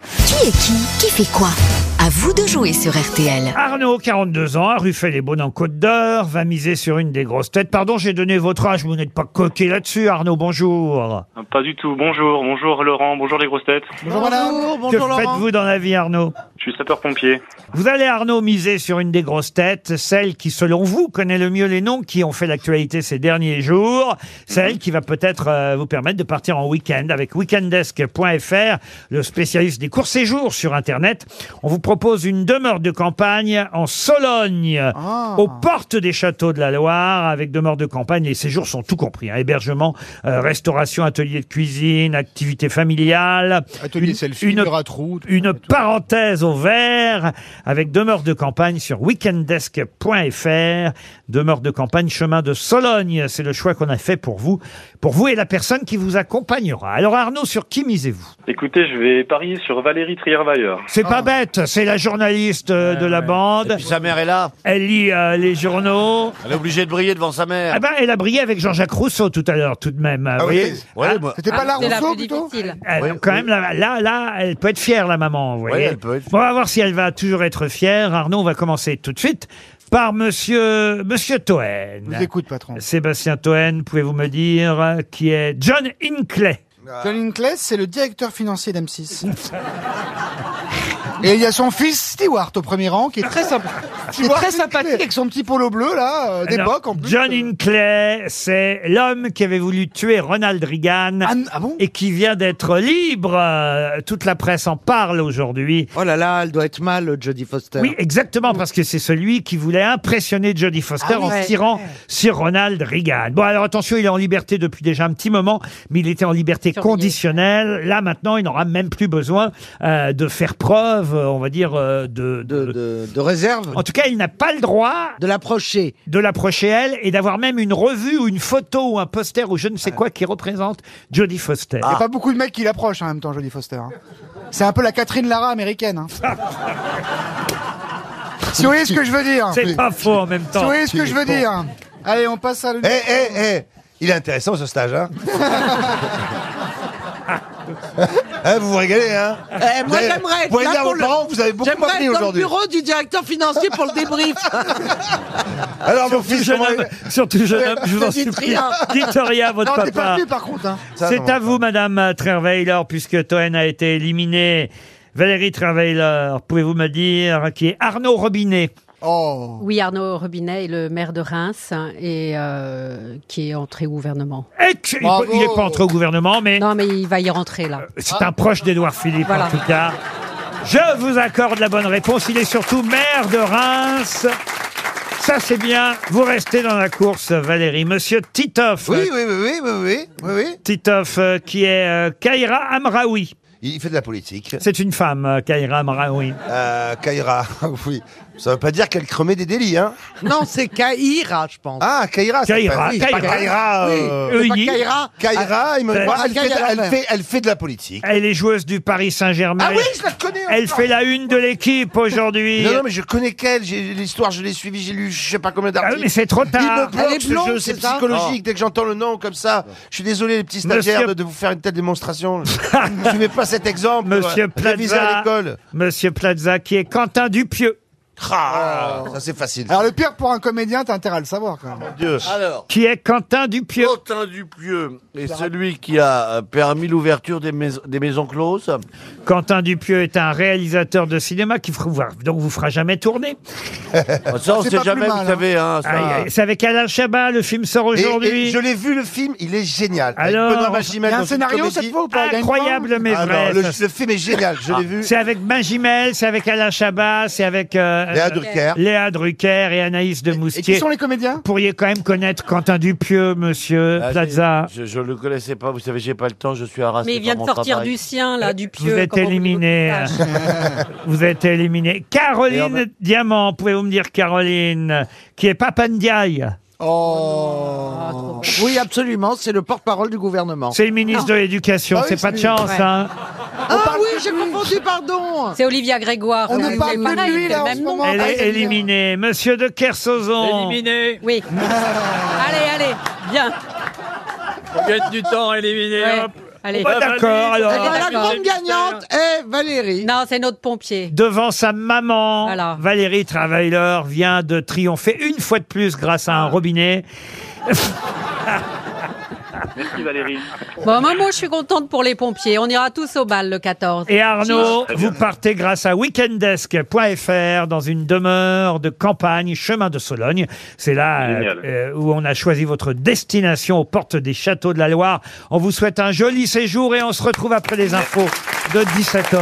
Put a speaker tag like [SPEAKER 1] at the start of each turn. [SPEAKER 1] Qui est qui Qui fait quoi À vous de jouer sur RTL.
[SPEAKER 2] Arnaud, 42 ans, à Ruffet-les-Beaunes en Côte d'Or, va miser sur une des grosses têtes. Pardon, j'ai donné votre âge, vous n'êtes pas coqué là-dessus, Arnaud, bonjour.
[SPEAKER 3] Pas du tout. Bonjour, bonjour Laurent, bonjour les grosses têtes.
[SPEAKER 4] Bonjour madame. Bonjour,
[SPEAKER 2] que faites-vous dans la vie, Arnaud
[SPEAKER 3] Je suis sapeur-pompier.
[SPEAKER 2] Vous allez, Arnaud, miser sur une des grosses têtes, celle qui, selon vous, connaît le mieux les noms qui ont fait l'actualité ces derniers jours,
[SPEAKER 4] Mhm.
[SPEAKER 2] celle qui va peut-être euh, vous permettre de partir en week-end avec weekendesk.fr, le spécialiste des courts-séjours sur Internet. On vous propose une demeure de campagne en Sologne,
[SPEAKER 4] Ah.
[SPEAKER 2] aux portes des châteaux de la Loire, avec demeure de campagne. Les séjours sont tout compris, hein, hébergement, euh, restauration, atelier de cuisine, activités familiales,
[SPEAKER 4] Atelier
[SPEAKER 2] une-
[SPEAKER 4] selfie,
[SPEAKER 2] une-
[SPEAKER 4] mur à trous.
[SPEAKER 2] une parenthèse au vert avec demeure de campagne sur weekendesk.fr. Demeure de campagne, chemin de Sologne. C'est le choix qu'on a fait pour vous, pour vous et la personne qui vous accompagnera. Alors Arnaud, sur qui misez-vous
[SPEAKER 3] Écoutez, je vais parier sur Valérie Trierweiler.
[SPEAKER 2] C'est pas bête, c'est la journaliste euh, de la bande.
[SPEAKER 5] Puis sa mère est là.
[SPEAKER 2] Elle lit euh, les journaux.
[SPEAKER 6] Ah.
[SPEAKER 5] Elle est obligée de briller devant sa mère.
[SPEAKER 2] Ah ben, elle a brillé avec Jean-Jacques Rousseau tout à l'heure, tout de même. vous
[SPEAKER 4] oui.
[SPEAKER 2] voyez
[SPEAKER 5] Ouais, moi.
[SPEAKER 4] C'était
[SPEAKER 2] Ah,
[SPEAKER 4] pas là
[SPEAKER 7] Ah, C'est la
[SPEAKER 4] Rousseau
[SPEAKER 7] plus
[SPEAKER 4] plutôt
[SPEAKER 7] difficile.
[SPEAKER 2] Elle,
[SPEAKER 5] Oui,
[SPEAKER 2] Euh, quand
[SPEAKER 5] oui.
[SPEAKER 2] même, là, là, là, elle peut être fière, la maman. Vous
[SPEAKER 5] Oui,
[SPEAKER 2] voyez.
[SPEAKER 5] elle peut être
[SPEAKER 2] Bon, On va voir si elle va toujours être fière. Arnaud, on va commencer tout de suite par Monsieur, Monsieur Toen.
[SPEAKER 4] Je vous écoute patron.
[SPEAKER 2] Sébastien Toen, pouvez-vous me dire euh, qui est John Hinckley
[SPEAKER 4] John Inkless, c'est le directeur financier d'M6. Et il y a son fils Stewart au premier rang qui est très sympa. qui est très sympathique avec son petit polo bleu là, euh,
[SPEAKER 2] Non,
[SPEAKER 4] d'époque en plus.
[SPEAKER 2] John Hinckley, c'est l'homme qui avait voulu tuer Ronald Reagan
[SPEAKER 4] Ah, n- ah bon
[SPEAKER 2] et qui vient d'être libre. Euh, Toute la presse en parle aujourd'hui.
[SPEAKER 8] Oh là là, elle doit être mal, Jodie Foster.
[SPEAKER 2] Oui, exactement, parce que c'est celui qui voulait impressionner Jodie Foster en tirant sur Ronald Reagan. Bon, alors attention, il est en liberté depuis déjà un petit moment, mais il était en liberté
[SPEAKER 7] Surveillé.
[SPEAKER 2] conditionnelle. Là, maintenant, il n'aura même plus besoin euh, de faire preuve, euh, on va dire, euh, de,
[SPEAKER 8] De,
[SPEAKER 2] de-
[SPEAKER 8] de- de réserve
[SPEAKER 2] En tout cas, il n'a pas le droit
[SPEAKER 8] De l'approcher.
[SPEAKER 2] de l'approcher elle et d'avoir même une revue ou une photo ou un poster ou je ne sais quoi qui représente Jodie Foster.
[SPEAKER 4] Il n'y a pas beaucoup de mecs qui l'approchent en même temps, Jodie Foster. hein. C'est un peu la Catherine Lara américaine. hein. si vous voyez ce que je veux dire.
[SPEAKER 2] C'est pas faux en même
[SPEAKER 4] Si vous
[SPEAKER 2] temps.
[SPEAKER 4] voyez ce que je veux dire. Allez, on passe à
[SPEAKER 5] Eh, eh, eh Il est intéressant ce stage, hein Hein, Vous vous régalez, hein
[SPEAKER 8] Eh,
[SPEAKER 5] Vous
[SPEAKER 8] moi,
[SPEAKER 5] avez-
[SPEAKER 8] j'aimerais être
[SPEAKER 5] Vous pouvez
[SPEAKER 8] là
[SPEAKER 5] dire à
[SPEAKER 8] pour
[SPEAKER 5] vos
[SPEAKER 8] le-
[SPEAKER 5] parents que vous avez beaucoup
[SPEAKER 8] J'aimerais
[SPEAKER 5] appris
[SPEAKER 8] être dans le
[SPEAKER 5] aujourd'hui.
[SPEAKER 8] bureau du directeur financier pour le débrief.
[SPEAKER 5] Alors, mon fils,
[SPEAKER 2] Jeune
[SPEAKER 5] comment
[SPEAKER 2] homme,
[SPEAKER 5] il-
[SPEAKER 2] surtout jeune homme, je vous en
[SPEAKER 8] Dites
[SPEAKER 2] supplie.
[SPEAKER 8] rien.
[SPEAKER 2] Dites rien à votre
[SPEAKER 4] Non, t'es
[SPEAKER 2] papa.
[SPEAKER 4] pas venu par contre. hein.
[SPEAKER 5] Ça, non.
[SPEAKER 2] C'est à vous, Madame Trierweiler, puisque Toen a été éliminée. Valérie Trierweiler, pouvez-vous me dire qui est Arnaud Robinet
[SPEAKER 4] Oh.
[SPEAKER 7] Oui, Arnaud Robinet est le maire de Reims hein, et euh, qui est entré au gouvernement.
[SPEAKER 2] Ex- Eh, Il
[SPEAKER 4] Bravo.
[SPEAKER 2] peut- il n'est pas entré au gouvernement, mais
[SPEAKER 7] Non, mais il va y rentrer là.
[SPEAKER 2] c'est un proche d'Édouard Philippe,
[SPEAKER 7] Voilà.
[SPEAKER 2] en tout cas. Je vous accorde la bonne réponse. Il est surtout maire de Reims. Ça, c'est bien. Vous restez dans la course, Valérie. Monsieur Titoff.
[SPEAKER 5] Oui, oui, oui, oui, oui, oui, oui, oui.
[SPEAKER 2] Titoff, euh, qui est euh, Kaira Amraoui.
[SPEAKER 5] Il fait de la politique.
[SPEAKER 2] C'est une femme, euh, Kaira Amraoui.
[SPEAKER 5] Euh, Kaira, oui. Ça veut pas dire qu'elle cremait des délits, hein
[SPEAKER 8] non, c'est Kaira, je pense.
[SPEAKER 5] Ah, Kaira, c'est
[SPEAKER 2] Kaira,
[SPEAKER 5] pas- oui, c'est pas
[SPEAKER 2] Kaira.
[SPEAKER 5] Kaira. euh,
[SPEAKER 8] C'est pas
[SPEAKER 2] Euilly.
[SPEAKER 8] Kaira.
[SPEAKER 5] Kaira, il me
[SPEAKER 2] Euh,
[SPEAKER 5] moi, elle,
[SPEAKER 8] Kaira,
[SPEAKER 5] fait, de- elle
[SPEAKER 8] ouais.
[SPEAKER 5] fait- elle fait de la politique.
[SPEAKER 2] Elle est joueuse du Paris Saint-Germain.
[SPEAKER 5] Ah oui, je la connais.
[SPEAKER 2] Elle
[SPEAKER 5] encore.
[SPEAKER 2] fait la une de l'équipe aujourd'hui.
[SPEAKER 5] Non, non, mais je connais qu'elle. J'ai l'histoire, je l'ai suivie, j'ai lu, je sais pas combien
[SPEAKER 2] Ah oui, mais
[SPEAKER 5] d'articles.
[SPEAKER 2] c'est trop
[SPEAKER 5] Il me
[SPEAKER 2] tard.
[SPEAKER 8] Elle est
[SPEAKER 5] bloque ce
[SPEAKER 8] blonde,
[SPEAKER 5] jeu, c'est
[SPEAKER 8] c'est ça
[SPEAKER 5] psychologique. Dès que j'entends le nom comme ça, je suis désolé les petits stagiaires
[SPEAKER 2] Monsieur-
[SPEAKER 5] de, de vous faire une telle démonstration. je mets pas cet exemple.
[SPEAKER 2] Monsieur
[SPEAKER 5] Révisez à
[SPEAKER 2] Plaza.
[SPEAKER 5] l'école.
[SPEAKER 2] Monsieur Plaza, qui est Quentin Dupieux,
[SPEAKER 5] Ah, Ça c'est facile.
[SPEAKER 4] Alors le pire pour un comédien, t'as intérêt à le savoir quand même.
[SPEAKER 5] Dieu.
[SPEAKER 6] Alors,
[SPEAKER 2] qui est Quentin Dupieux.
[SPEAKER 5] Oh.
[SPEAKER 6] Quentin Dupieux est celui qui a euh, permis l'ouverture des, mais- des maisons closes.
[SPEAKER 2] Quentin Dupieux est un réalisateur de cinéma qui fera- voir- donc vous fera jamais tourner.
[SPEAKER 6] Ah, Ça, on
[SPEAKER 4] c'est
[SPEAKER 6] sait
[SPEAKER 4] pas
[SPEAKER 6] jamais,
[SPEAKER 4] plus mal,
[SPEAKER 6] vous savez. Hein, ça.
[SPEAKER 2] Aïe, aïe, C'est avec Alain Chabat, le film sort
[SPEAKER 5] Ah. Et- et
[SPEAKER 2] aujourd'hui.
[SPEAKER 5] je l'ai vu le film, il est génial. Avec
[SPEAKER 2] Alors,
[SPEAKER 5] Benoît
[SPEAKER 4] Il
[SPEAKER 5] Magimel
[SPEAKER 4] y a
[SPEAKER 5] dans
[SPEAKER 4] un
[SPEAKER 5] une
[SPEAKER 4] scénario
[SPEAKER 5] comédie.
[SPEAKER 4] cette fois ou pas Il y a une
[SPEAKER 2] Incroyable mais
[SPEAKER 5] Ah
[SPEAKER 2] vrai.
[SPEAKER 5] non, le,
[SPEAKER 2] ça.
[SPEAKER 5] le film est génial, je l'ai vu.
[SPEAKER 2] C'est avec Magimel, c'est avec Alain Chabat, c'est avec euh,
[SPEAKER 5] Léa
[SPEAKER 2] euh,
[SPEAKER 5] Drucker.
[SPEAKER 2] Léa Drucker et Anaïs de
[SPEAKER 4] Et qui
[SPEAKER 2] Moustier.
[SPEAKER 4] sont
[SPEAKER 2] Vous
[SPEAKER 4] les comédiens
[SPEAKER 2] pourriez quand même connaître Quentin Dupieux, monsieur
[SPEAKER 6] Ah,
[SPEAKER 2] Plaza.
[SPEAKER 6] Je, je le connaissais pas, vous savez, j'ai pas le temps, je suis harassé.
[SPEAKER 7] Mais il vient
[SPEAKER 6] par
[SPEAKER 7] de
[SPEAKER 6] mon
[SPEAKER 7] sortir
[SPEAKER 6] travail.
[SPEAKER 7] du sien là, du
[SPEAKER 2] Eh, Vous
[SPEAKER 7] pieu.
[SPEAKER 2] êtes
[SPEAKER 7] comment voulez-vous
[SPEAKER 2] éliminé.
[SPEAKER 7] qu'il sache
[SPEAKER 2] Vous êtes éliminé. Caroline
[SPEAKER 6] Merde.
[SPEAKER 2] Diamant, pouvez-vous me dire Caroline, qui est Papa Ndiaye
[SPEAKER 8] Oh. Oui, absolument, c'est le porte-parole du gouvernement.
[SPEAKER 2] C'est le ministre de l'Éducation,
[SPEAKER 4] Ah oui,
[SPEAKER 2] c'est pas de
[SPEAKER 4] c'est-
[SPEAKER 2] chance.
[SPEAKER 7] ouais.
[SPEAKER 2] hein.
[SPEAKER 8] Ah oui, j'ai confondu, pardon.
[SPEAKER 7] C'est Olivia Grégoire.
[SPEAKER 4] On
[SPEAKER 7] euh,
[SPEAKER 4] ne
[SPEAKER 7] c'est
[SPEAKER 4] parle que
[SPEAKER 7] pareil,
[SPEAKER 4] de lui
[SPEAKER 7] c'est le
[SPEAKER 4] là en
[SPEAKER 7] même
[SPEAKER 4] ce
[SPEAKER 7] nom.
[SPEAKER 4] moment.
[SPEAKER 2] Elle
[SPEAKER 4] Ah,
[SPEAKER 2] est
[SPEAKER 4] c'est
[SPEAKER 2] éliminée. Monsieur de Kersauzon.
[SPEAKER 9] Éliminé,
[SPEAKER 7] Oui.
[SPEAKER 4] Ah.
[SPEAKER 7] allez, allez, bien.
[SPEAKER 9] on gagne du temps, éliminé,
[SPEAKER 7] Ouais.
[SPEAKER 9] hop.
[SPEAKER 7] Allez.
[SPEAKER 2] Pas Oh, d'accord, alors.
[SPEAKER 8] Eh ben, la
[SPEAKER 7] d'accord.
[SPEAKER 8] grande gagnante est Valérie.
[SPEAKER 7] Non, c'est notre pompier.
[SPEAKER 2] Devant sa maman,
[SPEAKER 7] Voilà.
[SPEAKER 2] Valérie Travailer vient de triompher une fois de plus grâce à un robinet.
[SPEAKER 3] Merci Valérie.
[SPEAKER 7] Bon, maman, je suis contente pour les pompiers. On ira tous au bal le 14.
[SPEAKER 2] Et Arnaud,
[SPEAKER 3] Très bien.
[SPEAKER 2] vous partez grâce à weekendesk.fr dans une demeure de campagne, chemin de Sologne. C'est là euh,
[SPEAKER 3] Génial.
[SPEAKER 2] euh, où on a choisi votre destination aux portes des châteaux de la Loire. On vous souhaite un joli séjour et on se retrouve après les infos de 17h.